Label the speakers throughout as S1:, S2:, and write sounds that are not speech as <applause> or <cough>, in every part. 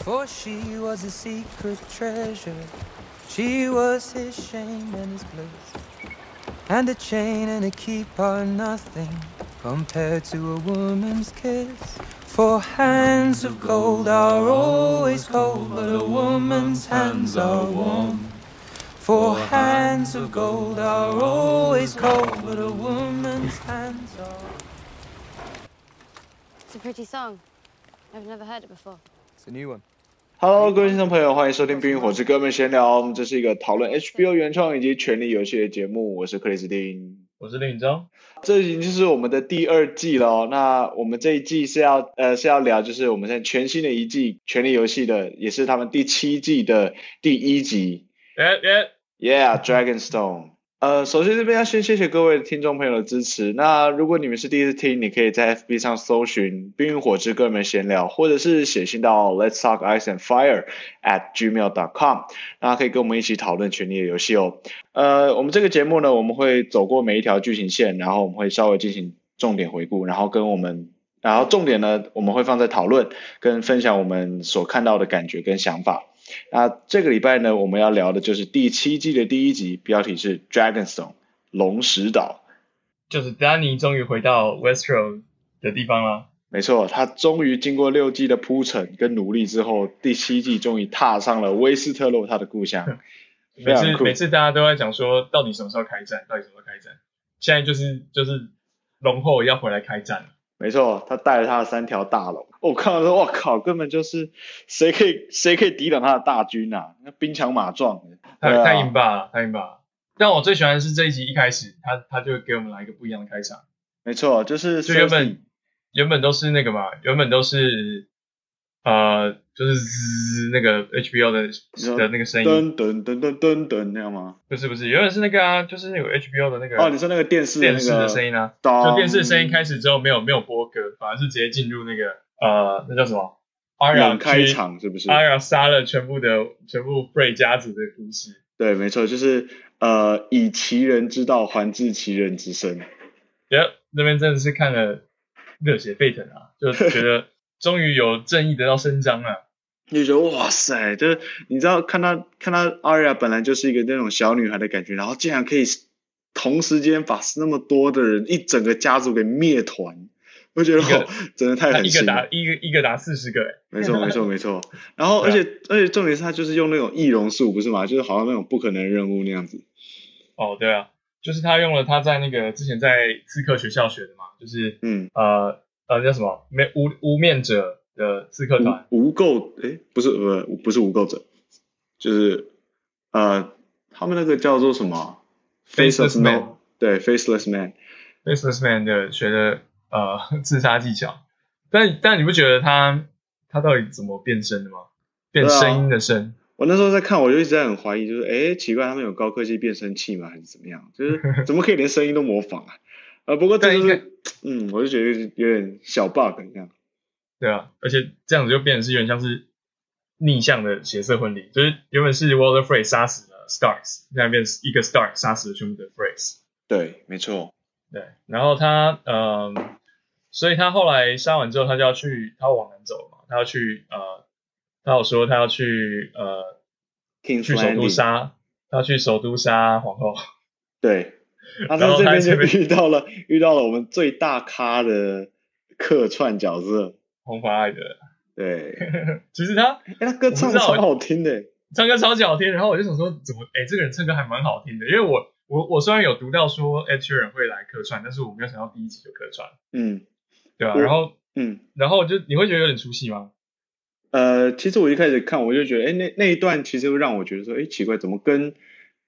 S1: For she was a secret treasure. She was his shame and his bliss. And a chain and a keep are nothing compared to a woman's kiss. For hands of gold are always cold, but a woman's hands are warm. For hands of gold are always cold, but a woman's hands are
S2: It's a pretty song. I've never heard it before.
S1: It's a new one.
S3: Hello，各位听众朋友，欢迎收听《冰与火之歌们闲聊》，我们这是一个讨论 HBO 原创以及权力游戏的节目，我是克里斯汀。
S4: 我是令章，
S3: 这已经就是我们的第二季了哦。那我们这一季是要呃是要聊，就是我们现在全新的一季《权力游戏》的，也是他们第七季的第一集。
S4: 哎哎，
S3: Yeah, Dragonstone。呃，首先这边要先谢谢各位听众朋友的支持。那如果你们是第一次听，你可以在 FB 上搜寻“冰与火之歌们闲聊”，或者是写信到 Let's Talk Ice and Fire at gmail.com，那可以跟我们一起讨论《权力的游戏》哦。呃，我们这个节目呢，我们会走过每一条剧情线，然后我们会稍微进行重点回顾，然后跟我们，然后重点呢，我们会放在讨论跟分享我们所看到的感觉跟想法。那这个礼拜呢，我们要聊的就是第七季的第一集，标题是《Dragonstone》龙石岛。
S4: 就是丹尼终于回到 Westro 的地方啦。
S3: 没错，他终于经过六季的铺陈跟努力之后，第七季终于踏上了威斯特洛他的故
S4: 嗯
S3: 乡。非
S4: 每
S3: 常
S4: 次
S3: 酷
S4: 每次大家都在讲说，到底什么时候开战？到底什么时候开战？现在就是就是龙后要回来开战了。
S3: 没错，他带了他的三条大龙。我看到说，我靠，根本就是谁可以谁可以抵挡他的大军啊？那兵强马壮的，
S4: 太、
S3: 对啊
S4: 太硬霸了，太硬霸了。但我最喜欢的是这一集一开始，他他就给我们来一个不一样的开场。
S3: 没错，就是
S4: 就原
S3: Cersei
S4: 本原本都是那个嘛，原本都是呃，就是滋那个 HBO
S3: 你说
S4: 的的那个声音，
S3: 噔噔噔噔噔噔那样吗？
S4: 不是不是，原本是那个啊，就是有 HBO 的那个
S3: 哦，你说那个电视
S4: 啊电视的声
S3: 音，
S4: 音啊，
S3: 就
S4: 就电视声音开始之后没有没有播歌，反而是直接进入那个呃，那叫什么？阿雅
S3: 冷开，场是不是？
S4: 阿雅杀了全部的全部 Frey 家族的故事，
S3: 对，没错，就是呃，以其人之道还治其人之身。
S4: 耶、y 那边真的是看了热血沸腾啊，就
S3: <laughs>
S4: 觉得终于有正义得到伸张了。
S3: 你就觉得哇塞，就是你知道看她看她 Aria 本来就是一个那种小女孩的感觉，然后竟然可以同时间把那么多的人一整个家族给灭团，我觉得
S4: 一个
S3: 哦真的太
S4: 他
S3: 狠
S4: 一个
S3: 心了。
S4: 打一个一个打四十个、欸，
S3: 没错，没错，没
S4: <laughs>
S3: 错。然后，
S4: 啊
S3: 而且、而且重点是他就是用那种易容术，不是吗？就是好像那种不可能的任务那样子。
S4: 哦对啊，就是他用了他在那个之前在刺客学校学的嘛，就是
S3: 嗯，
S4: 呃呃叫什么没无无面者的刺客团，
S3: 无无垢，诶，不是，不，不是无垢者，就是呃，他们那个叫做什么
S4: Faceless
S3: Faceless
S4: Man
S3: 对，faceless man，
S4: businessman 的学的呃 <laughs> 自杀技巧，但但你不觉得他他到底怎么变身的吗？变
S3: 对啊
S4: 声音的声，
S3: 我那时候在看，我就一直在很怀疑，就是诶，奇怪，他们有高科技变声器吗？还是怎么样？就是
S4: <laughs>
S3: 怎么可以连声音都模仿啊？呃，不过这
S4: 但
S3: 就
S4: 应该
S3: 是，嗯，我就觉得有点小 bug 这样。
S4: 对啊，而且这样子就变成是有点像是逆向的血色婚礼，就是原本是 Walter Frey 杀死了 Starks，现在变成一个 Stark 杀死了全部的 Freys，
S3: 对，没错，
S4: 对，然后他呃，所以他后来杀完之后，他就要去，他要往南走嘛，他要去呃，他有说他要去呃
S3: King's
S4: 去首都
S3: Landing
S4: 杀，他要去首都杀皇后。 <laughs>
S3: 对，那
S4: 然
S3: 他
S4: 后
S3: 这
S4: 他
S3: 边
S4: 这边
S3: 就遇到了遇到了我们最大咖的客串角色，
S4: 红发艾德，
S3: 对，
S4: 其实他
S3: 哎，他歌唱
S4: 我
S3: 得
S4: 不知道
S3: 超好听的，
S4: 唱歌超级好听，然后我就想说，怎么，哎，这个人唱歌还蛮好听的，因为我我我虽然有读到说 Ed Sheeran 会来客串，但是我没有想到第一集就客串，
S3: 嗯
S4: 对吧、
S3: 嗯
S4: 然后
S3: 嗯，
S4: 然后就你会觉得有点出戏吗？
S3: 呃，其实我一开始看我就觉得，哎，那那一段其实让我觉得说，哎，奇怪，怎么跟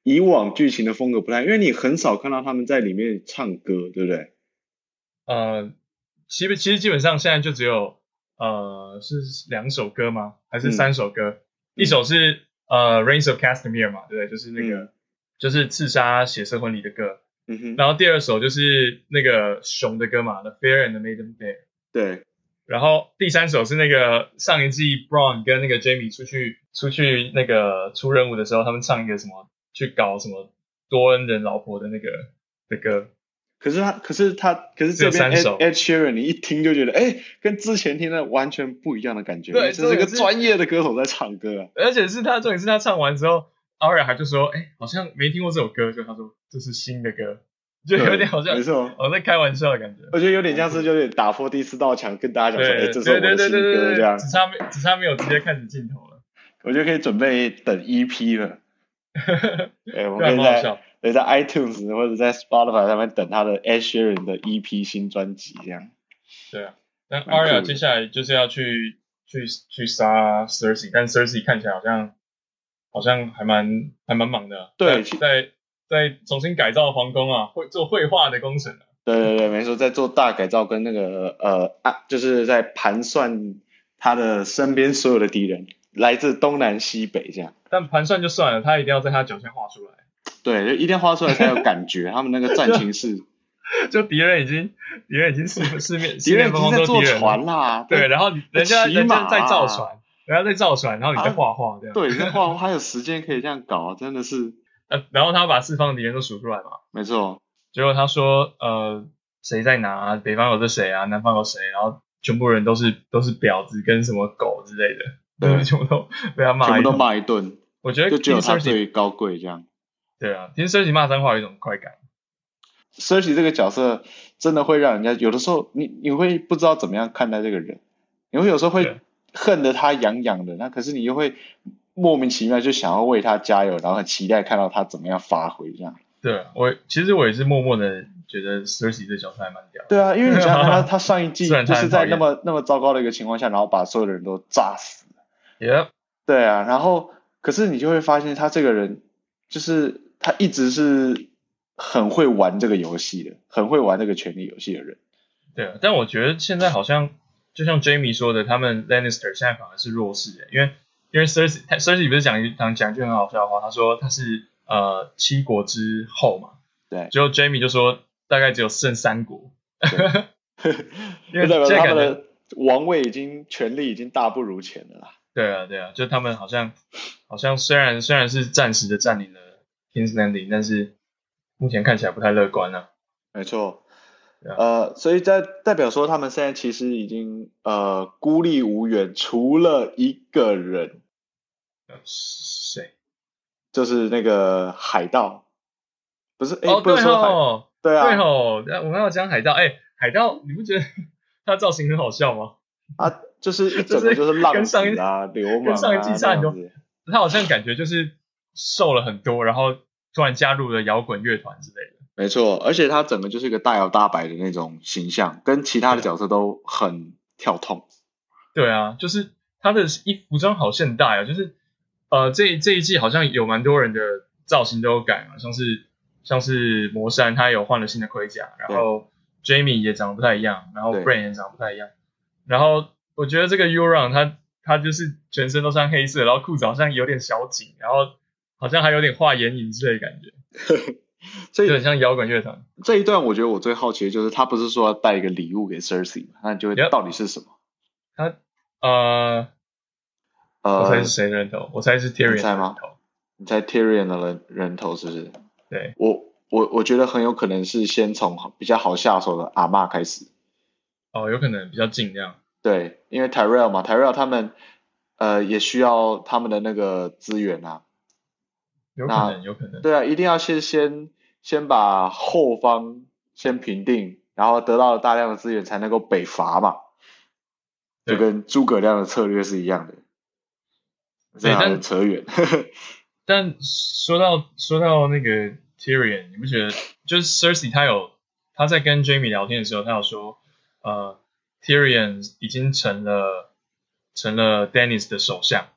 S3: 以往剧情的风格不太，因为你很少看到他们在里面唱歌，对不对？
S4: 呃，其实其实基本上现在就只有呃是两首歌吗？还是
S3: 嗯
S4: 三首歌？一首是呃《Rains of Castamere》嘛，对不对？就是那个、就是刺杀血色婚礼的歌，
S3: 嗯哼，
S4: 然后第二首就是那个熊的歌嘛，《The Fair and the Maiden Fair》。
S3: 对，
S4: 然后第三首是那个上一季 Brown 跟那个 Jamie 出去出去那个出任务的时候，他们唱一个什么去搞什么多恩人老婆的那个的歌，
S3: 可是他，可是他，可是
S4: 只有
S3: 这边 Ed
S4: 三首
S3: Ed Sheeran，你一听就觉得，哎，跟之前听的完全不一样的感觉。
S4: 对
S3: 这是个
S4: 重点是
S3: 专业的歌手在唱歌啊。
S4: 而且是他重点是他唱完之后，阿瑞还就说，哎、好像没听过这首歌，就他说这是新的歌，就有点好像
S3: 没错，
S4: 我在开玩笑的感觉。
S3: 我觉得有点像是有点打破第四道墙，跟大家讲说，哎，
S4: 对
S3: 这
S4: 对
S3: 是我
S4: 对
S3: 的
S4: 对
S3: 新
S4: 对
S3: 歌
S4: 对
S3: 这样
S4: 对，。只差没只差没有直接看着镜头了， <laughs>
S3: 我觉得可以准备等 EP 了。哎，我们
S4: 不
S3: 可
S4: 然
S3: 以
S4: 很啊好
S3: 在
S4: 笑。
S3: 对在 iTunes 或者在 Spotify 上面等他的 Ed Sheeran 的 EP 新专辑这样。
S4: 对啊，那
S3: 蛮酷的
S4: Arya 接下来就是要去去去杀 Cersei，但 Cersei 看起来好像好像还蛮还蛮忙的啊、
S3: 对其
S4: 在在在重新改造皇宫啊，会做绘画的工程啊，
S3: 对对对，没错，在做大改造跟那个呃啊，就是在盘算他的身边所有的敌人，来自东南西北这样。
S4: 但盘算就算了，他一定要在他脚下画出来。 <laughs>
S3: 对，就一定要画出来才有感觉。他们那个战情
S4: <laughs>
S3: 是
S4: 就敌人已经敌人已
S3: <laughs>
S4: 经四四面
S3: 敌
S4: 四
S3: 人
S4: 面
S3: 已
S4: 八
S3: 经
S4: 方
S3: 在
S4: 都
S3: 坐
S4: 敌人了，
S3: 船啦，
S4: 对，然后人家
S3: 骑马啊啊
S4: 人家在造船，人家在造船，然后你在画画这样。
S3: 对，这画还有时间可以这样搞，啊真的是
S4: 呃，然后他把四方敌人都数出来嘛，
S3: 没错。
S4: 结果他说，呃，谁在哪、啊？北方有这谁啊？南方有谁？然后全部人都是都是婊子跟什么狗之类的，
S3: 对
S4: 就是全部都被他骂
S3: 全
S4: 一哎
S3: 部都
S4: 通。
S3: 骂一顿，
S4: 我觉得
S3: 就只
S4: 听
S3: 有他
S4: Cersei
S3: 最高贵这样。
S4: 对啊，听 Cersei 骂脏话有一种快感。
S3: Cersei 这个角色真的会让人家有的时候你你会不知道怎么样看待这个人，你会有时候会
S4: 对
S3: 恨得他痒痒的，那可是你又会莫名其妙就想要为他加油，然后很期待看到他怎么样发挥这样。
S4: 对啊，我其实我也是默默的觉得 Cersei 这角色还蛮屌的。
S3: 对啊，因为你想想看他他上一季
S4: <laughs> 虽然
S3: 就
S4: 他
S3: 是
S4: 很
S3: 在
S4: 讨厌
S3: 那么那么糟糕的一个情况下，然后把所有的人都炸死。
S4: 也
S3: 对啊，然后可是你就会发现他这个人就是他一直是很会玩这个游戏的，很会玩这个权力游戏的人。
S4: 对啊，但我觉得现在好像就像 Jamie 说的，他们 Lannister 现在反而是弱势的，因为因为 Cersei 他 Cersei 不是讲一讲讲一句很好笑的话，他说他是呃七国之后嘛，
S3: 对
S4: 结果 Jamie 就说大概只有剩三国， <laughs> 因
S3: 就
S4: 为
S3: 代表
S4: 现在
S3: 他们
S4: 感觉
S3: 的王位已经权力已经大不如前了啦。
S4: 对啊对啊，就他们好像好像虽然虽然是暂时的占领了 King's Landing，但是目前看起来不太乐观啊。
S3: 没错，
S4: 对啊
S3: 呃，所以在代表说他们现在其实已经呃孤立无援，除了一个人，
S4: 呃谁？
S3: 就是那个海盗，不是？哎、
S4: 哦
S3: 不
S4: 对
S3: 能说海，
S4: 哦，
S3: 对啊，
S4: 对哦，那我们要讲海盗，哎，海盗你不觉得 <laughs> 他造型很好笑吗？
S3: 啊，就是
S4: <laughs>
S3: 一整个就是浪子啊、流氓啊
S4: 跟上一季差很多
S3: 那样子
S4: 他好像感觉就是瘦了很多，然后突然加入了摇滚乐团之类的。
S3: 没错，而且他整个就是一个大摇大摆的那种形象，跟其他的
S4: 啊
S3: 角色都很跳痛。
S4: 对啊，就是他的衣服装好现代啊，就是呃这这一季好像有蛮多人的造型都有改嘛，像是像是魔山他有换了新的盔甲，然后 Jamie 也长得不太一样，然后
S3: 对
S4: Brain 也长得不太一样，然后我觉得这个 Uron 他他就是全身都穿黑色，然后裤子好像有点小紧，然后好像还有点画眼影之类的感觉，
S3: <laughs> 所以
S4: 就很像摇滚乐团。
S3: 这一段我觉得我最好奇的就是，他不是说要带一个礼物给 Cersei 吗？那你就会
S4: Yep
S3: 到底是什么？
S4: 呃，我猜
S3: 呃
S4: 是，谁的人头？我猜是 Tyrion
S3: 你
S4: 的
S3: 猜吗
S4: 人头。
S3: 你猜 Tyrion 的人人头是不是？
S4: 对，
S3: 我我我觉得很有可能是先从比较好下手的阿嬷开始。
S4: 哦，有可能比较尽量。
S3: 对，因为 Tyrell 嘛，Tyrell 他们呃也需要他们的那个资源啊。
S4: 有可能，有可能。
S3: 对啊，一定要先先先把后方先平定，然后得到了大量的资源才能够北伐嘛，就
S4: 对
S3: 跟诸葛亮的策略是一样的。这
S4: 对
S3: 样
S4: 但
S3: 很扯远， <laughs>
S4: 但说到说到那个 Tyrion，你不觉得就是 Cersei 他有他在跟 Jamie 聊天的时候，他有说，呃，Tyrion 已经成了成了 Dennis 的手下。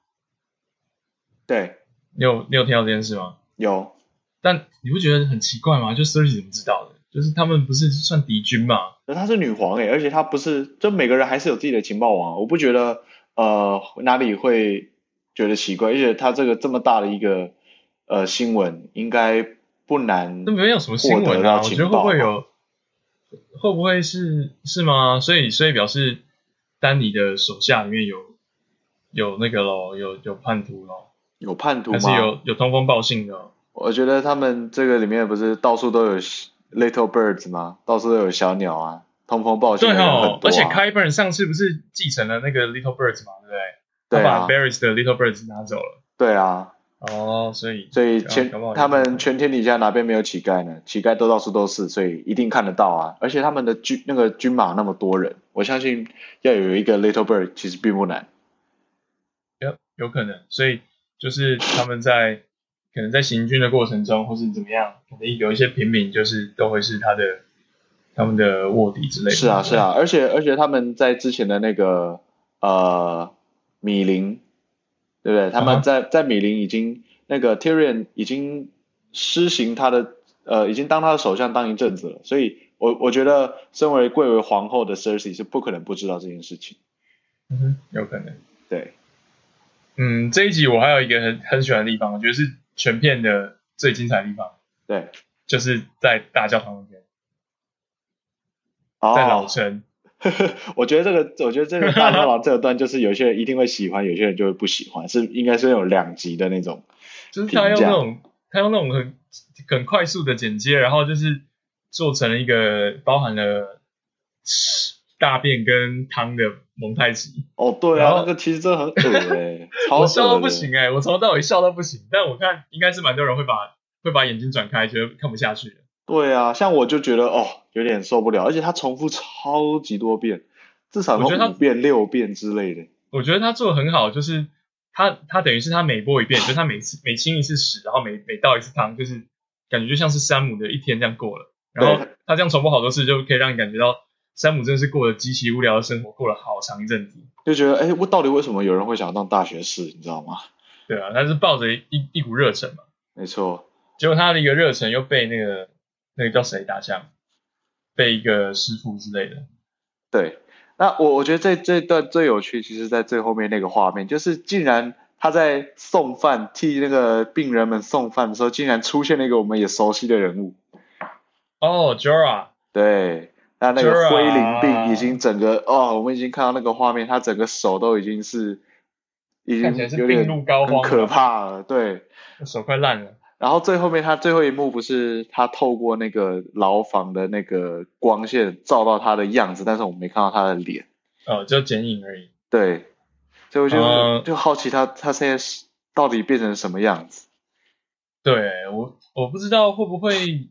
S3: 对，
S4: 你有你有听到这件事吗？
S3: 有
S4: 但你不觉得很奇怪吗？就 Cersei 怎么知道的？就是他们不是算敌军嘛？
S3: 可是她是女皇欸诶、而且她不是，就每个人还是有自己的情报网，啊我不觉得呃哪里会觉得奇怪，而且她这个这么大的一个呃新闻，应该不难
S4: 那没有什么新
S3: 获得
S4: 闻
S3: 到
S4: 啊，我
S3: 情
S4: 觉得会
S3: 报
S4: 不会
S3: 吧
S4: 有？会不会是是吗？所以所以表示丹尼的手下里面有有那个咯，有有叛徒咯，
S3: 有叛徒
S4: 还
S3: 吗？
S4: 是有有通风报信的咯？
S3: 我觉得他们这个里面不是到处都有 Little Birds 吗？到处都有小鸟啊，通风报信
S4: 对
S3: 的人
S4: 哦
S3: 很，多、
S4: 而且
S3: 啊。
S4: Kyburn 上次不是继承了那个 Little Birds 嘛，对不对？
S3: 对
S4: 他把
S3: 啊，
S4: Barry's 的 Little Birds 拿走了。
S3: 对啊，
S4: 哦，所以
S3: 所以
S4: 对啊
S3: 全
S4: 搞不好有
S3: 他
S4: 可
S3: 们
S4: 能
S3: 全天底下哪边没有乞丐呢？乞丐都到处都是，所以一定看得到啊。而且他们的军那个军马那么多人，我相信要有一个 Little Bird 其实并不难。
S4: 有有可能，所以就是他们在可能在行军的过程中，或是怎么样，可能有一些平民就是都会是他的他们的卧底之类的。
S3: 是啊，是啊，而且而且他们在之前的那个呃米林，对不对？他
S4: 啊哈
S3: 们在、在米林已经那个 Tyrion 已经施行他的呃，已经当他的首相当一阵子了，所以我我觉得身为贵为皇后的 Cersei 是不可能不知道这件事情。
S4: 嗯哼，有可能。
S3: 对，
S4: 嗯，这一集我还有一个很很喜欢的地方，我觉得是全片的最精彩的地方，
S3: 对，
S4: 就是在大教堂那边，
S3: 哦
S4: 在老城。
S3: <laughs> 我觉得这个，我觉得这个大蟑螂这个段，就是有些人一定会喜欢，有些人就会不喜欢，是应该是有两极的那种。
S4: 就是他用
S3: 评价
S4: 那种他用那种很很快速的剪接，然后就是做成了一个包含了大便跟汤的蒙太奇，
S3: 哦，对
S4: 然
S3: 啊
S4: 后，
S3: 那个其实真的很恶哎、超
S4: 我
S3: 恶
S4: 笑到
S3: 的
S4: 不行哎、我从头到尾笑到不行，但我看应该是蛮多人会把会把眼睛转开，觉得看不下去了。
S3: 对啊，像我就觉得哦，有点受不了，而且它重复超级多遍，至少
S4: 我觉得它
S3: 有五遍、六遍之类的。
S4: 我觉得他做的很好，就是他他等于是他每播一遍，就是他每次每清一次屎，然后每每倒一次汤，就是感觉就像是山姆的一天这样过了。然后
S3: 对
S4: 他这样重复好多次，就可以让你感觉到山姆真的是过得极其无聊的生活，过了好长一阵子。
S3: 就觉得哎，我到底为什么有人会想当大学士？你知道吗？
S4: 对啊，他是抱着一一股热忱嘛，
S3: 没错，
S4: 结果他的一个热忱又被那个那个叫谁打下，被一个师傅之类的。
S3: 对。那我我觉得这这段最有趣，其实在最后面那个画面，就是竟然他在送饭替那个病人们送饭的时候，竟然出现了一个我们也熟悉的人物，
S4: 哦，Jora，
S3: 对，那那个
S4: Jura
S3: 灰灵病已经整个哦，我们已经看到那个画面，他整个手都已经是已
S4: 看起来
S3: 经
S4: 是
S3: 有点
S4: 病入膏
S3: 很
S4: 肓
S3: 可
S4: 了
S3: 怕了，对。
S4: 手快烂了。
S3: 然后最后面他最后一幕不是他透过那个牢房的那个光线照到他的样子，但是我们没看到他的脸，
S4: 哦，就剪影而已。
S3: 对，所以我就、
S4: 呃
S3: 就好奇他他现在是到底变成什么样子？
S4: 对我，我不知道会不会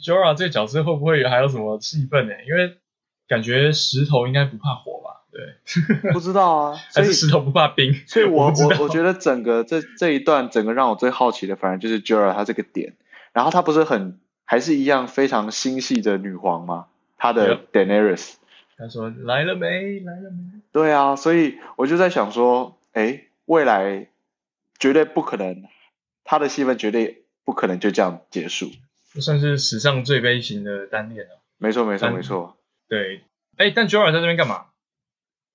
S4: Jora 这个角色会不会还有什么戏份呢？因为感觉石头应该不怕火吧？
S3: <laughs>
S4: 对，
S3: 不知道 <laughs> 啊，
S4: 还
S3: 所以
S4: 是石头不怕冰？
S3: 所以
S4: <laughs>
S3: 我
S4: 不知道
S3: 我我觉得整个这这一段整个让我最好奇的，反而就是 Jura 她这个点，然后她不是很还是一样非常心细的女皇吗？她的 Daenerys，、
S4: 他说来了没？来了没？
S3: 对啊，所以我就在想说，哎，未来绝对不可能，她的戏份绝对不可能就这样结束。
S4: 这算是史上最悲情的单恋了、
S3: 没错，没错，
S4: 嗯
S3: 没错。
S4: 对，哎，但 Jora 在这边干嘛？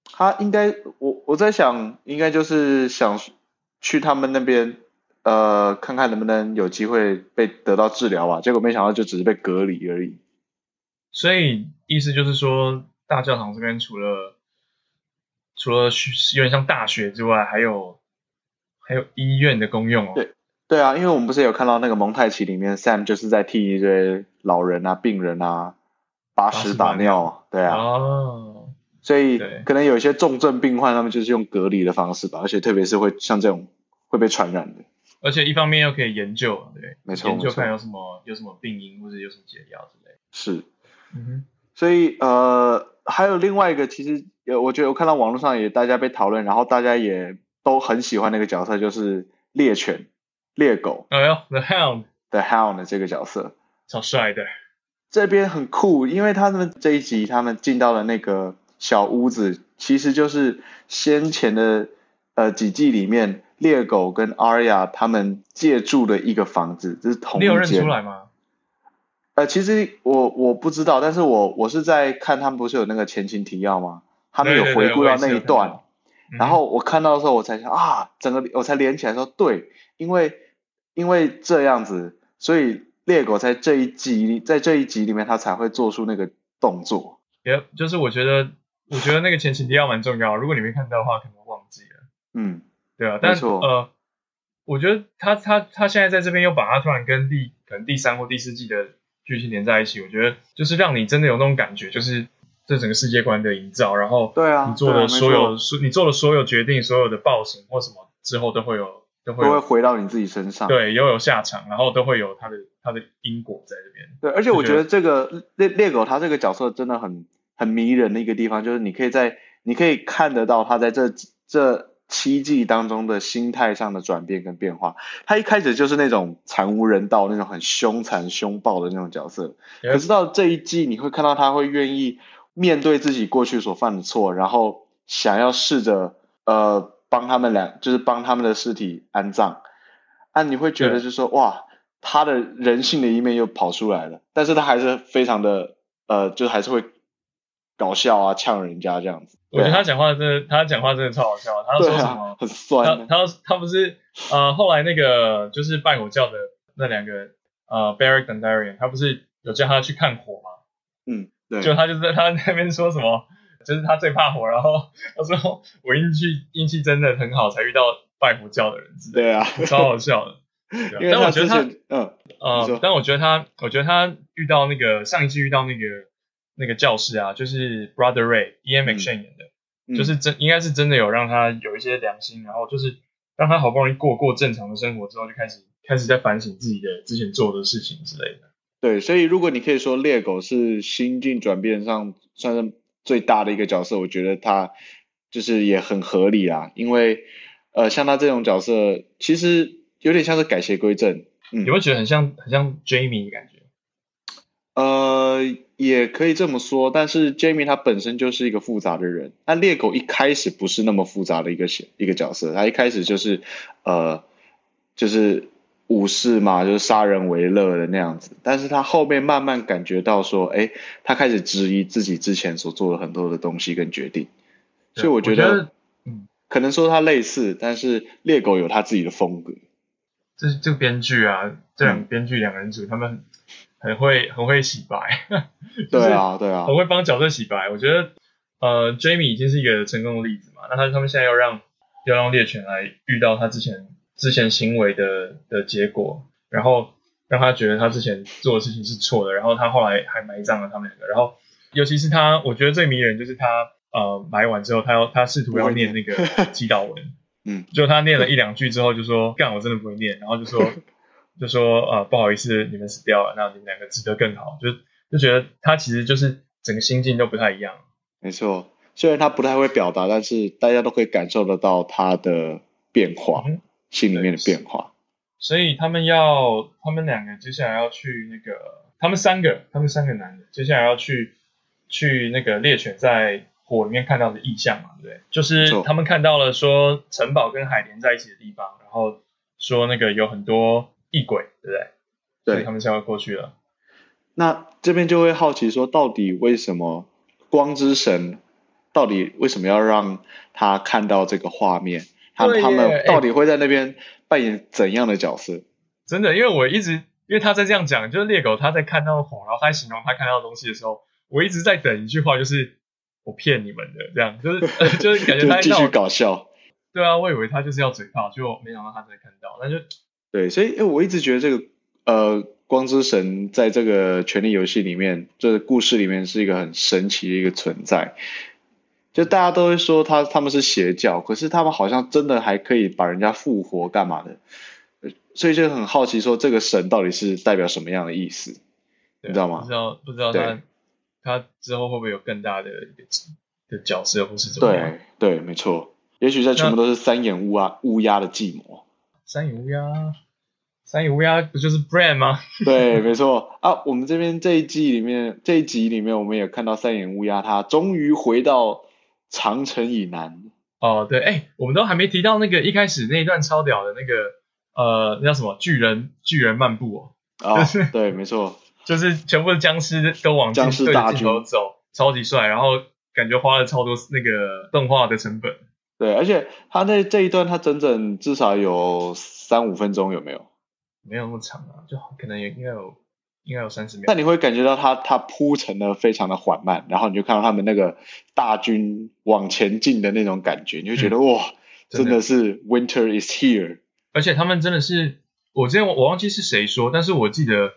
S3: 她应该，我我在想，应该就是想去他们那边，呃，看看能不能有机会被得到治疗吧。啊结果没想到就只是被隔离而已。
S4: 所以意思就是说，大教堂这边除了除了学有点像大学之外，还有还有医院的功用哦。
S3: 对对啊，因为我们不是有看到那个蒙太奇里面，Sam 就是在替一堆老人啊、病人啊把屎
S4: 把屎
S3: 打
S4: 打
S3: 尿，对啊，
S4: 哦，
S3: 所以
S4: 对
S3: 可能有一些重症病患，他们就是用隔离的方式吧，而且特别是会像这种会被传染的，
S4: 而且一方面又可以研究，对，
S3: 没错
S4: 研究
S3: 没错
S4: 看有什么有什么病因或者有什么解药之类的。
S3: 是，
S4: 嗯哼，
S3: 所以呃，还有另外一个，其实呃，我觉得我看到网络上也大家被讨论，然后大家也都很喜欢那个角色，就是猎犬、猎狗
S4: 哎呦，The Hound
S3: The Hound 这个角色，
S4: 超帅的，
S3: 这边很酷，因为他们这一集他们进到了那个小屋子，其实就是先前的呃几季里面猎狗跟阿雅他们借住的一个房子，这是同
S4: 你有
S3: 一
S4: 认出
S3: 间。
S4: 来吗？
S3: 呃，其实我我不知道，但是我我是在看他们不是有那个前情提要吗？他们
S4: 对
S3: 有
S4: 对对
S3: 回顾
S4: 我
S3: 到
S4: 也是
S3: 那
S4: 有
S3: 一
S4: 看
S3: 段，
S4: 到嗯
S3: 然后我看到的时候，我才想啊，整个我才连起来说，对，因为因为这样子，所以猎狗在这一集在这一集里面，它才会做出那个动作。
S4: 也就是我觉得，我觉得那个前情提要蛮重要，如果你没看到的话，可能忘记了，
S3: 嗯，
S4: 对啊，但
S3: 没错
S4: 呃，我觉得他他他现在在这边又把他突然跟第可能第三或第四季的剧情连在一起，我觉得就是让你真的有那种感觉，就是这整个世界观的营造，然后
S3: 对啊
S4: 你做
S3: 对啊没
S4: 的所有
S3: 错
S4: 所你做的所有决定，所有的暴行或什么之后都会有都会
S3: 都会
S4: 有
S3: 回到你自己身上。
S4: 对都有下场，然后都会有它的它的因果在这边。
S3: 对，而且我
S4: 就
S3: 觉
S4: 觉
S3: 得
S4: 得
S3: 这个猎猎狗它这个角色真的很很迷人的一个地方，就是你可以在你可以看得到它在这这七季当中的心态上的转变跟变化。它一开始就是那种惨无人道、那种很凶残凶暴的那种角色，
S4: Yep
S3: 可是到这一季，你会看到他会愿意面对自己过去所犯的错，然后想要试着呃帮他们俩，就是帮他们的尸体安葬。啊，你会觉得
S4: 对
S3: 就是说哇，他的人性的一面又跑出来了，但是他还是非常的呃，就还是会搞笑啊，呛人家这样子。
S4: 我觉得
S3: 对
S4: 他
S3: 啊
S4: 讲话真的，他讲话真的超好笑。他说
S3: 对
S4: 什
S3: 啊
S4: 么，？
S3: 很
S4: 他
S3: 酸。
S4: 他他不是呃，后来那个就是拜火教的那两个呃，Barrick 跟 Darian，他不是有叫他去看火吗？
S3: 嗯，对，
S4: 就他就在他那边说什么，就是他最怕火，然后他说我运气运气真的很好，才遇到拜火教的人之类
S3: 对
S4: <laughs>
S3: 啊，
S4: 的，超好笑的。
S3: 因
S4: 对啊
S3: 为
S4: 但我
S3: 之
S4: 觉得他
S3: 前嗯，你说
S4: 呃，但我觉得他，我觉得他遇到那个上一季遇到那个那个教师啊，就是 Brother Ray Ian McShane 演的，
S3: 嗯
S4: 就是真应该是真的有让他有一些良心，然后就是让他好不容易过过正常的生活之后，就开始开始在反省自己的之前做的事情之类的。
S3: 对，所以如果你可以说猎狗是心境转变上算是最大的一个角色，我觉得他就是也很合理啦，因为呃，像他这种角色，其实有点像是改邪归正，嗯
S4: 你会觉得很像很像 Jamie 的感觉，
S3: 呃，也可以这么说，但是 Jamie 他本身就是一个复杂的人，那猎狗一开始不是那么复杂的一个角一个角色，他一开始就是呃就是武士嘛，就是杀人为乐的那样子，但是他后面慢慢感觉到说，哎，他开始质疑自己之前所做的很多的东西跟决定，所以
S4: 我
S3: 觉
S4: 得
S3: 可能说他类似，但是猎狗有他自己的风格，
S4: 这这个编剧啊，
S3: 嗯
S4: 这两个编剧两人组，他们很很会很会洗白， <laughs> 就是
S3: 对啊对啊
S4: 很，会帮角色洗白。我觉得，呃，Jamie 已经是一个成功的例子嘛，那他他们现在要让要让猎犬来遇到他之前之前行为的的结果，然后让他觉得他之前做的事情是错的，然后他后来还埋葬了他们两个，然后尤其是他，我觉得最迷人就是他呃埋完之后，他要他试图要念那个祈祷文，
S3: 嗯，
S4: 就他念了一两句之后就说干我真的不会念，然后就说就说呃不好意思你们死掉了，那你们两个值得更好，就就觉得他其实就是整个心境都不太一样。
S3: 没错，虽然他不太会表达，但是大家都可以感受得到他的变化，
S4: 嗯
S3: 心里面的变化。
S4: 所以他们要，他们两个接下来要去那个，他们三个，他们三个男的，接下来要去去那个猎犬在火里面看到的意象嘛，对不对？就
S3: 没
S4: 是
S3: 错
S4: 他们看到了说城堡跟海连在一起的地方，然后说那个有很多异鬼，对不对？所以
S3: 对
S4: 他，们现在要过去了。
S3: 那这边就会好奇说，到底为什么光之神到底为什么要让他看到这个画面？他
S4: 对耶
S3: 他们
S4: 哎
S3: 到底会在那边扮演怎样的角色？
S4: 真的，因为我一直，因为他在这样讲，就是猎狗他在看到火，然后他在形容他看到的东西的时候，我一直在等一句话，就是我骗你们的，这样就是 <laughs> 就是感觉
S3: 就
S4: 他在
S3: 继
S4: 闹
S3: 续搞笑。
S4: 对啊，我以为他就是要嘴炮，结果没想到他才看到，那就
S3: 对，所以哎我一直觉得这个呃，光之神在这个权力游戏里面，这个故事里面是一个很神奇的一个存在。就大家都会说他他们是邪教，可是他们好像真的还可以把人家复活干嘛的，呃所以就很好奇说这个神到底是代表什么样的意思？
S4: 对啊
S3: 你知道吗
S4: 不知道不知道
S3: 对
S4: 他他之后会不会有更大的一个的角色，或是怎么样？
S3: 对对，没错，也许这全部都是三眼乌鸦乌鸦的计谋。
S4: 山野乌鸦，山野乌鸦不就是 Brand 吗？ <laughs>
S3: 对，没错啊。我们这边这一季里面，这一集里面，我们也看到三眼乌鸦，它终于回到长城以南。
S4: 哦，对，哎，我们都还没提到那个一开始那一段超屌的那个呃，那叫什么巨人巨人漫步哦， <laughs>
S3: 啊，对，没错，
S4: 就是全部的僵尸都往
S3: 僵尸
S4: 对
S3: 大
S4: 着
S3: 军
S4: 镜头走，超级帅，然后感觉花了超多那个动画的成本。
S3: 对，而且它在这一段，它整整至少有三五分钟，有没有？
S4: 没有那么长啊，就可能也应该有，应该有三十秒
S3: 但。你会感觉到它它铺陈的非常的缓慢，然后你就看到他们那个大军往前进的那种感觉，你就觉得、哇，真
S4: 嗯真的
S3: 的是 Winter is here。
S4: 而且他们真的是，我之前我忘记是谁说，但是我记得，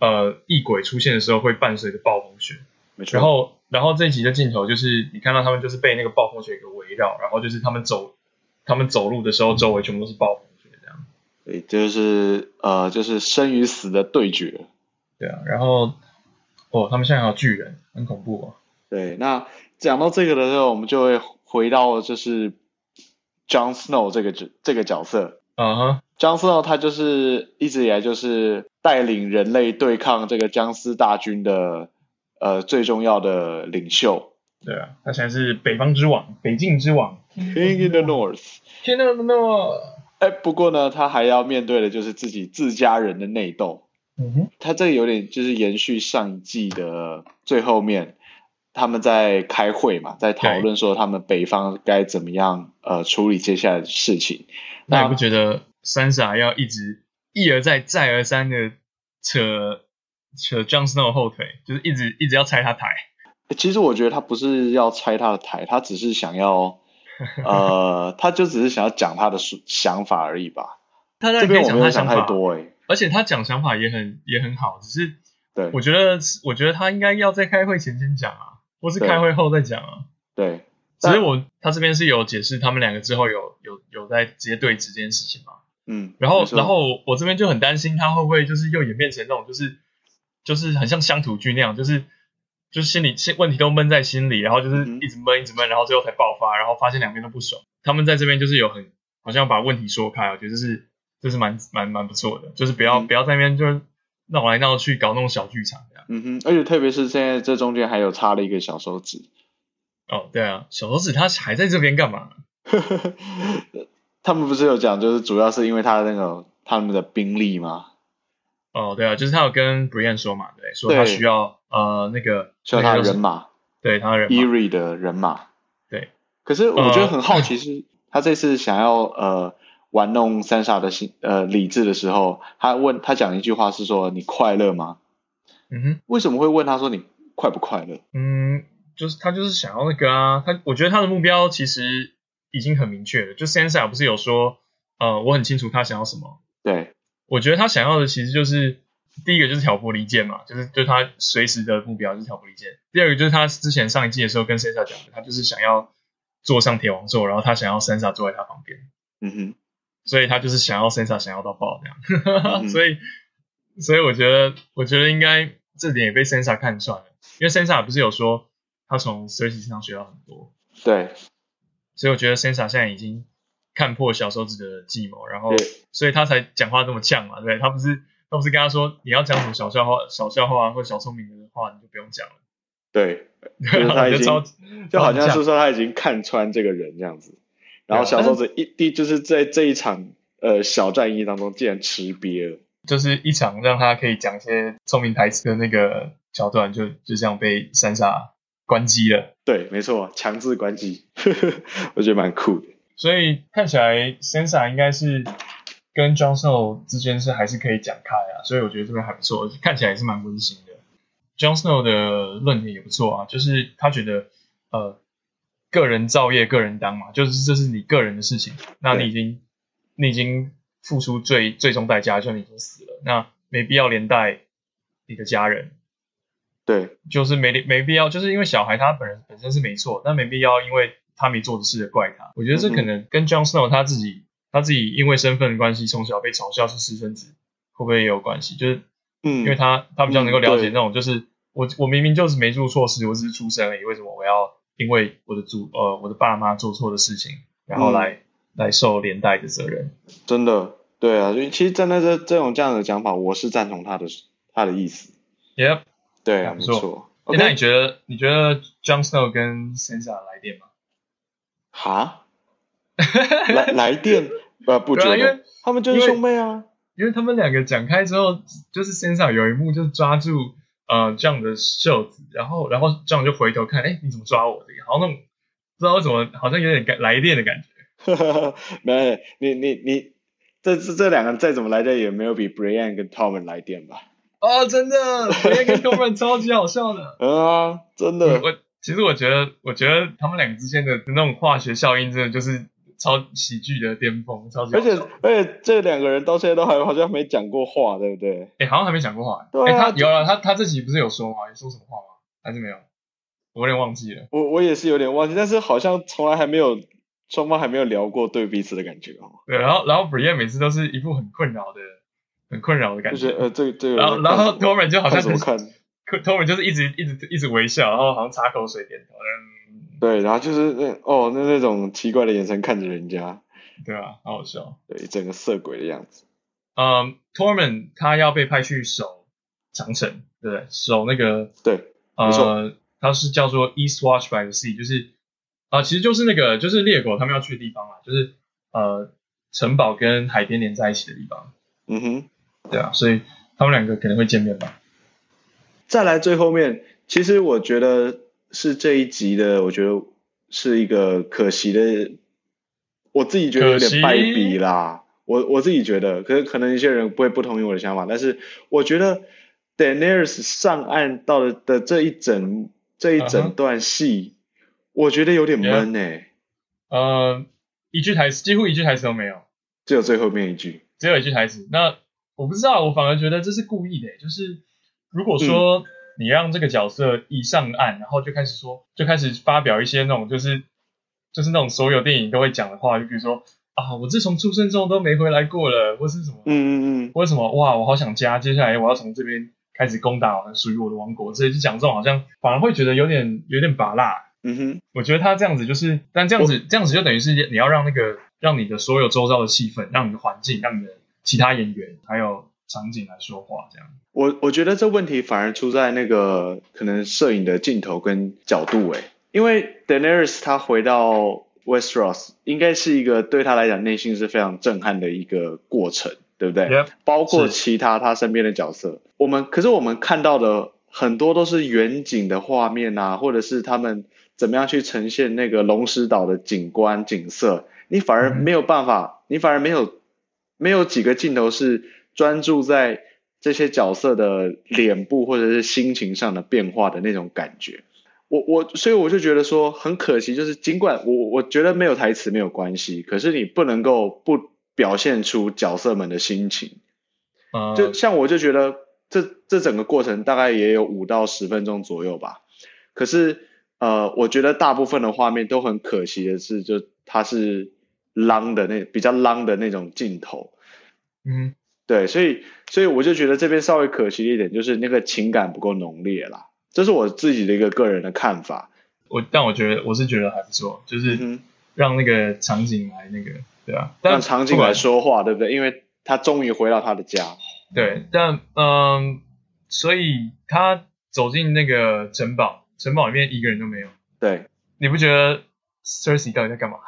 S4: 呃异鬼出现的时候会伴随着暴风雪，
S3: 没错。
S4: 然后然后这一集的镜头就是你看到他们就是被那个暴风雪给围绕，然后就是他们走他们走路的时候周围全部都是暴风雪这样。
S3: 对，就是呃，就是生与死的对决。
S4: 对啊，然后哦，他们现在还有巨人，很恐怖哦。
S3: 对，那讲到这个的时候，我们就会回到就是 Jon Snow 这个角这个角色。
S4: 啊哈，
S3: Jon Snow 他就是一直以来就是带领人类对抗这个僵尸大军的呃最重要的领袖
S4: 对啊，他现在是北方之王，北境之王
S3: King in the North。
S4: ，King of the North。
S3: 哎，不过呢，他还要面对的就是自己自家人的内斗。
S4: 嗯哼，
S3: 他这个有点就是延续上一季的最后面，他们在开会嘛，在讨论说他们北方该怎么样呃处理接下来的事情。
S4: 那你不觉得三傻要一直一而再再而三的扯扯 Jon Snow 后腿，就是一直一直要拆他台？
S3: 其实我觉得他不是要拆他的台，他只是想
S4: <laughs>
S3: 要呃，他就只是想要讲他的说想法而已吧。
S4: 他在
S3: 这
S4: 可
S3: 边
S4: 以
S3: 我
S4: 讲
S3: 没有
S4: 他
S3: 想
S4: 想
S3: 太
S4: 法，
S3: 多哎、
S4: 而且他讲想法也很也很好，只是
S3: 对
S4: 我觉得我觉得他应该要在开会前先讲啊，或是开会后再讲啊。
S3: 对，
S4: 只
S3: 但
S4: 是我他这边是有解释，他们两个之后有有有在直接对峙这件事情嘛？
S3: 嗯，
S4: 然后
S3: 没错
S4: 然后我这边就很担心他会不会就是又演变成那种就是就是很像乡土剧那样，就是就是心里心问题都闷在心里，然后就是
S3: 嗯哼
S4: 一直闷一直闷，然后最后才爆发，然后发现两边都不爽。他们在这边就是有很好像把问题说开，我觉得这是这是蛮蛮蛮不错的，就是不要、
S3: 嗯
S4: 不要在那边就是闹来闹去搞那种小剧场这样。
S3: 嗯哼，而且特别是现在这中间还有插了一个小手指，
S4: 哦，对啊，小手指他还在这边干嘛？
S3: <laughs> 他们不是有讲，就是主要是因为他的那个他们的兵力吗？
S4: 哦，对啊，就是他有跟 Brian 说嘛，对，说他
S3: 对
S4: 需要呃那个
S3: 需要他
S4: 那
S3: 的人
S4: 个叫什么，
S3: 马
S4: 对他的人马，
S3: ，Eerie 的人马。
S4: 对。
S3: 可是我觉得很
S4: <laughs>
S3: 好奇是，他这次想要呃玩弄三傻的心呃理智的时候，他问他讲一句话是说你快乐吗？
S4: 嗯哼，
S3: 为什么会问他说你快不快乐？
S4: 嗯，就是他就是想要那个啊，他我觉得他的目标其实已经很明确了，就 Sansa 不是有说，呃，我很清楚他想要什么，
S3: 对，
S4: 我觉得他想要的其实就是第一个就是挑拨离间嘛，就是就是他随时的目标就是挑拨离间。第二个就是他之前上一季的时候跟 Sansa 讲的，他就是想要坐上铁王座，然后他想要 Sansa 坐在他旁边，
S3: 嗯
S4: 所以他就是想要 Sansa 想要到爆这样。
S3: 嗯
S4: <laughs> 所以所以我觉得我觉得应该这点也被 Sansa 看穿了，因为 Sansa 不是有说他从 Cersei 身上学到很多，
S3: 哼，对，
S4: 所以我觉得 Sansa 现在已经看破小手指的计谋，然后
S3: 对
S4: 所以他才讲话这么呛嘛，对他不是他不是跟他说你要讲什么小笑话、小笑话啊或小聪明的话，你就不用讲了，
S3: 对，就是
S4: 然后
S3: 他已
S4: <laughs> 就
S3: 经
S4: 超
S3: 就好像
S4: 超
S3: 是
S4: 呛
S3: 说他已经看穿这个人这样子，然
S4: 啊
S3: 后小手指一滴就是在这一场呃小战役当中竟然吃瘪了。
S4: 就是一场让他可以讲一些聪明台词的那个桥段，就就这样被 Sansa 关机了。
S3: 对，没错，强制关机， <laughs> 我觉得蛮酷的。
S4: 所以看起来 Sansa 应该是跟 Jon Snow 之间是还是可以讲开啊，所以我觉得这边还不错，看起来也是蛮温馨的。Jon Snow 的论点也不错啊，就是他觉得呃，个人造业个人当嘛，就是这是你个人的事情，那你已经你已经付出最最终代价，就你已经死了，那没必要连带你的家人，
S3: 对，
S4: 就是没理没必要，就是因为小孩他本人本身是没错，但没必要因为他没做的事而怪他。我觉得
S3: 嗯
S4: 这可能跟 Jon Snow 他自己他自己因为身份的关系，从小被嘲笑是私生子，会不会也有关系？就是
S3: 嗯，
S4: 因为他他比较能够了解
S3: 嗯对
S4: 那种，就是我我明明就是没做错事，我只是出生而已，为什么我要因为我的祖呃我的爸妈做错的事情，然
S3: 嗯
S4: 后来、来受连带的责任？
S3: 真的，对啊，因为其实站在这这种这样的讲法，我是赞同他的他的意思。
S4: Yep，、
S3: 对啊，
S4: 还
S3: 没
S4: 不错
S3: 错。
S4: 诶那你
S3: OK，
S4: 觉得你觉得 Jon Snow 跟 Sansa 来电吗？ <laughs>
S3: 哈，来来电，呃，不觉
S4: 对啊因
S3: 得
S4: 为
S3: 他们就是
S4: 因为
S3: 兄妹啊。 <laughs>
S4: 因为他们两个讲开之后，就是身上有一幕就是抓住呃这样的袖子，然后然后这样就回头看，哎，你怎么抓我这个？好像那种不知道为什么，好像有点感来电的感觉。
S3: 没有，你你你，这这这两个再怎么来电也没有比 Brian 跟 Tom 来电吧？
S4: 哦，真的，我也跟 t o <laughs> 超级好笑的。
S3: 嗯啊，真的，
S4: 我其实我觉得，我觉得他们两个之间的那种化学效应，真的就是超喜剧的巅峰，超级好
S3: 而且
S4: 笑
S3: 而且这两个人到现在都还好像没讲过话，对不对？
S4: 哎、好像还没讲过话。
S3: 对
S4: 哎、
S3: 啊
S4: 他有了，他他这集不是有说吗？有说什么话吗？还是没有？我有点忘记了。
S3: 我我也是有点忘记，但是好像从来还没有双方还没有聊过对彼此的感觉哦，
S4: 对，然后然后 Brian 每次都是一副很困扰的、很困扰的感
S3: 就
S4: 觉
S3: 是。呃这个这个人
S4: 然后然后
S3: 在干什么
S4: Norman 就好像
S3: 看什
S4: 很
S3: 么看？
S4: ，Norman 就是一直一直一直微笑，然后好像擦口水点头，嗯，
S3: 对，然后就是那哦那那种奇怪的眼神看着人家，
S4: 对啊，好好笑。
S3: 对，整个色鬼的样子。
S4: 嗯，Torment 他要被派去守长城，对不对？守那个
S3: 对，没
S4: 呃
S3: 错，
S4: 它是叫做 East Watch by the Sea，就是啊、其实就是那个就是猎狗他们要去的地方啦，就是呃城堡跟海边连在一起的地方，
S3: 嗯哼。
S4: 对啊，所以他们两个可能会见面吧。
S3: 再来最后面，其实我觉得是这一集的，我觉得是一个可惜的，我自己觉得有
S4: 可惜
S3: 点败笔啦。我我自己觉得，可可能一些人不会不同意我的想法，但是我觉得 Daenerys 上岸到的的这一整这一
S4: 嗯
S3: 整
S4: 哼
S3: 段戏我觉得有点闷哎、
S4: 呃，一句台词几乎一句台词都没有，
S3: 只有最后面一句，
S4: 只有一句台词。那我不知道，我反而觉得这是故意的，就是如果说你让这个角色一上岸，然后就开始说，就开始发表一些那种就是就是那种所有电影都会讲的话，就比如说啊，我自从出生之后都没回来过了，或是什么，
S3: 嗯嗯嗯，
S4: 或是什么哇，我好想家，接下来我要从这边开始攻打属于我的王国，这些就讲这种好像反而会觉得有点有点拔辣。
S3: 嗯哼，
S4: 我觉得他这样子就是，但这样子这样子就等于是你要让那个让你的所有周遭的气氛，让你的环境，让你的其他演员还有场景来说话，这样。
S3: 我我觉得这问题反而出在那个可能摄影的镜头跟角度哎、因为 Daenerys 她回到 Westeros 应该是一个对她来讲内心是非常震撼的一个过程，对不对
S4: Yep，
S3: 包括
S4: 是
S3: 其他她身边的角色，我们可是我们看到的很多都是远景的画面啊，或者是他们怎么样去呈现那个龙石岛的景观景色，你反而没有办法，你反而没有没有几个镜头是专注在这些角色的脸部或者是心情上的变化的那种感觉。我我所以我就觉得说很可惜，就是尽管我我觉得没有台词没有关系，可是你不能够不表现出角色们的心情。
S4: 呃，
S3: 就像我就觉得这这整个过程大概也有五到十分钟左右吧。可是呃，我觉得大部分的画面都很可惜的是，就它是浪的那比较浪的那种镜头，
S4: 嗯，
S3: 对，所以所以我就觉得这边稍微可惜一点，就是那个情感不够浓烈啦。这是我自己的一个个人的看法。
S4: 我但我觉得我是觉得还不错，就
S3: 嗯
S4: 是
S3: 哼。
S4: 让那个场景来那个，对啊，但
S3: 让场景
S4: 不管
S3: 来说话，对不对？因为他终于回到他的家。
S4: 对，但嗯，所以他走进那个城堡，城堡里面一个人都没有，
S3: 对，
S4: 你不觉得 Cersei 到底在干嘛？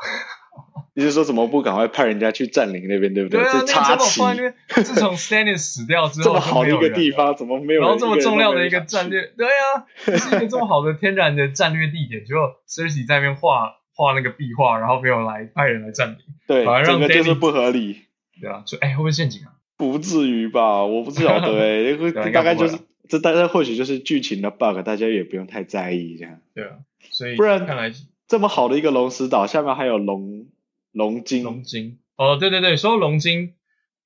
S3: 你是说怎么不赶快派人家去占领那边，对不
S4: 对啊，那
S3: 这
S4: 个城
S3: 插
S4: 堡
S3: 旗，
S4: 放在那边，自从 Stannis 死掉之后，
S3: <laughs> 这么好的一个地
S4: 方。
S3: 方，怎么没有人？
S4: 然后这么重要的一个
S3: 人都没有人
S4: 战略，对啊，就是一个这么好的天然的战略地点，结果 Cersei 在那边画画那个壁画，然后没有来派人来占领，反而
S3: 想去，对，整
S4: 让
S3: 个就是
S4: Danny-
S3: 不合理，
S4: 对啊，就哎会不会陷阱啊？
S3: 不至于吧？我不晓得哎、
S4: <laughs>
S3: 欸，这
S4: 对
S3: 个
S4: 啊应
S3: 大
S4: 该
S3: 概
S4: 不会
S3: 就
S4: 啊
S3: 是这大概或许就是剧情的 bug，大家也不用太在意这样。
S4: 对啊，所以
S3: 不然
S4: 看来
S3: 这么好的一个龙石岛，下面还有龙龙晶，
S4: 龙晶哦，对对对，说到龙晶，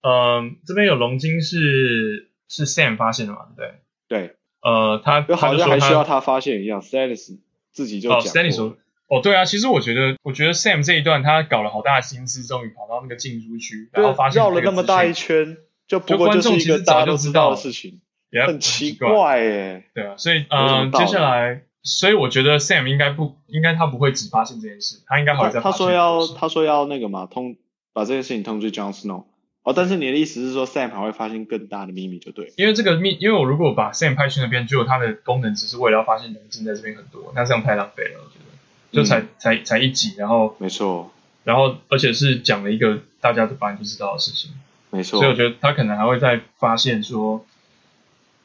S4: 嗯，这边有龙晶是是 Sam 发现的嘛？对不对，
S3: 对，
S4: 呃，他
S3: 就
S4: 他
S3: 好
S4: 就
S3: 像
S4: 说
S3: 还需要
S4: 他
S3: 他发现一样。Stannis 自己就
S4: 哦
S3: 讲过
S4: ，Stanley 说。哦，对啊，其实我觉得，我觉得 Sam 这一段他搞了好大的心思，终于跑到那个禁书区，然后发现
S3: 绕
S4: 这
S3: 了
S4: 个
S3: 那么
S4: 资
S3: 大
S4: 讯
S3: 一圈，就不
S4: 就
S3: 过
S4: 观
S3: 就是
S4: 众
S3: 一
S4: 其
S3: 个
S4: 实
S3: 大
S4: 早
S3: 家
S4: 就
S3: 都
S4: 知
S3: 知
S4: 道
S3: 道
S4: 了
S3: 的事情，
S4: 也
S3: 很奇
S4: 怪。
S3: 怪耶。
S4: 对啊，所以
S3: 有什
S4: 嗯、
S3: 么道
S4: 接
S3: 理
S4: 下来，所以我觉得 Sam 应该不，应该他不会只发现这件事，他应该还
S3: 他
S4: 会再发
S3: 他
S4: 现
S3: 说要
S4: 这件事
S3: 他说要那个嘛，通把这件事情通知 Jon Snow。哦，但是你的意思是说 Sam 还会发现更大的秘密，就对了。
S4: 因为这个命，因为我如果把 Sam 派去那边，就他的功能只是为了要发现人性在这边很多，那这样太浪费了，我觉得。就才、
S3: 嗯
S4: 才才一集，然后
S3: 没错，
S4: 然后而且是讲了一个大家都本来就知道的事情，
S3: 没
S4: 所以我
S3: 错，
S4: 觉得他可能还会再发现说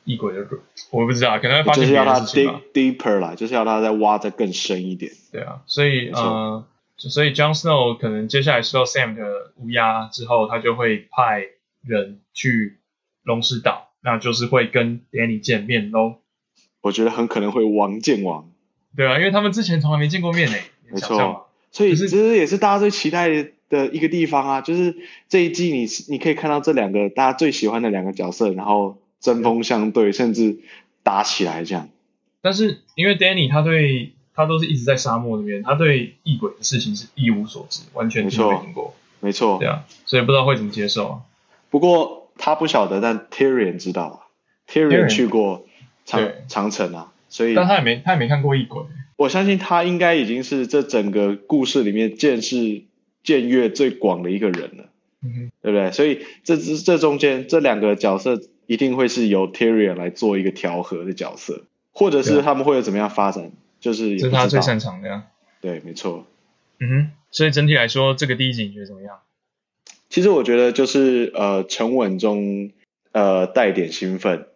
S4: 异鬼的，我不知道，可能会发
S3: 就
S4: 现
S3: 是
S4: 别
S3: 要
S4: 的
S3: 他
S4: 事情吧
S3: dig。deeper 啦，就是要他再挖的更深一点。
S4: 对啊，所以
S3: 没错
S4: 呃，就所以 Jon Snow 可能接下来收到 Sam 的乌鸦之后，他就会派人去龙石岛，那就是会跟 Danny 见面喽。
S3: 我觉得很可能会王见王，
S4: 对啊，因为他们之前从来没见过面呢、你
S3: 没
S4: 想象吗
S3: 错，所以这
S4: 就是
S3: 是也是大家最期待的一个地方啊，就是这一季你你可以看到这两个大家最喜欢的两个角色，然后针锋相对，甚至打起来这样。
S4: 但是因为 Danny 他对他都是一直在沙漠那边，他对异鬼的事情是一无所知，完全
S3: 没
S4: 没
S3: 错
S4: 听过，
S3: 没错，
S4: 对啊，所以不知道会怎么接受啊。
S3: 不过他不晓得，但 Tyrion 知道啊。Tyrion
S4: Tyrion
S3: 去过长
S4: 对
S3: 长城啊，所以
S4: 但他也没他也没看过异鬼，
S3: 我相信他应该已经是这整个故事里面见识见阅最广的一个人了，
S4: 嗯哼，
S3: 对不对？所以这这这中间这两个角色一定会是由 Tyrion 来做一个调和的角色，或者
S4: 对
S3: 是
S4: 啊
S3: 他们会有怎么样发展，就是也
S4: 这是
S3: 不
S4: 他
S3: 知
S4: 最
S3: 道。
S4: 擅长的、啊。
S3: 对，没错。
S4: 嗯哼，所以整体来说，这个第一集你觉得怎么样？
S3: 其实我觉得就是呃沉稳中呃带点兴
S4: <laughs>
S3: 奋，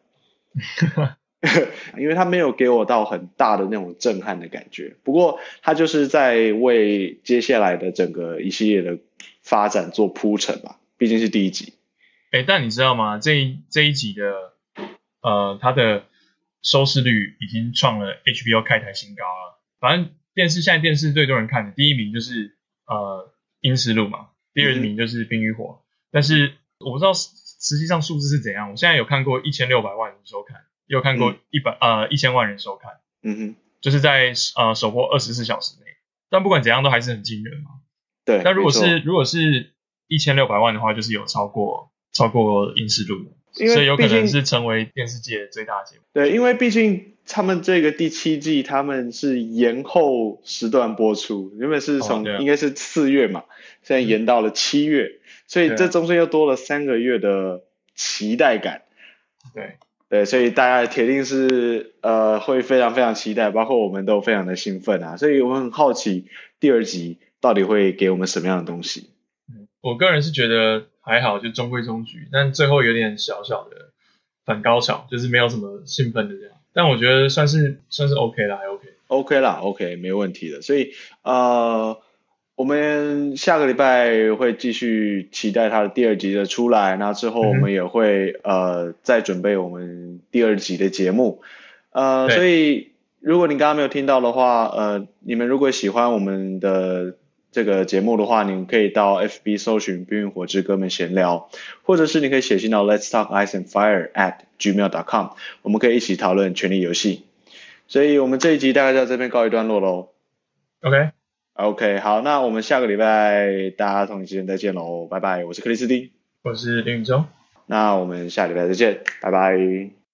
S3: 因为他没有给我到很大的那种震撼的感觉。不过他就是在为接下来的整个一系列的发展做铺陈吧，毕竟是第一集。
S4: 哎，但你知道吗？这一这一集的呃，它的收视率已经创了 HBO 开台新高了。反正电视现在电视最多人看的第一名就是呃《英石路》嘛，第二名就是《冰与火》但是我不知道实实际上数字是怎样。我现在有看过一千六百万人收看，也有看过
S3: 嗯
S4: 一百、呃一千万人收看，
S3: 嗯哼，
S4: 就是在呃首播二十四小时内。但不管怎样，都还是很惊人嘛。
S3: 对。
S4: 那如果
S3: 没错
S4: 是如果是一千六百万的话，就是有超过超过影视录，
S3: 因为
S4: 所以有可
S3: 毕竟
S4: 能是成为电视界最大的节目。
S3: 对，因为毕竟他们这个第七季他们是延后时段播出，原本是从、
S4: 哦对啊嗯
S3: 应该是四月嘛，现在延到了七月，所以
S4: 对啊
S3: 这中间又多了三个月的期待感。
S4: 对，
S3: 对，所以大家铁定是呃会非常非常期待，包括我们都非常的兴奋啊，所以我很好奇第二集到底会给我们什么样的东西。
S4: 我个人是觉得还好，就中规中矩，但最后有点小小的反高潮，就是没有什么兴奋的这样。但我觉得算是算是 OK 了，还 OK。
S3: OK 啦，OK 没问题的，所以呃我们下个礼拜会继续期待它的第二集的出来，那之后我
S4: 嗯
S3: 们
S4: 哼
S3: 也会、呃再准备我们第二集的节目，呃，
S4: 对
S3: 所以如果你刚刚没有听到的话，呃，你们如果喜欢我们的这个节目的话，你们可以到 FB 搜寻“冰与火之歌们闲聊”，或者是你可以写信到 Let's Talk Ice and Fire at gmail.com，我们可以一起讨论权力游戏。所以我们这一集大概到这边告一段落喽。
S4: OK，
S3: OK，好，那我们下个礼拜大家同一时间再见喽，拜拜。我是克里斯汀，
S4: 我是林宇中。
S3: 那我们下礼拜再见，拜拜。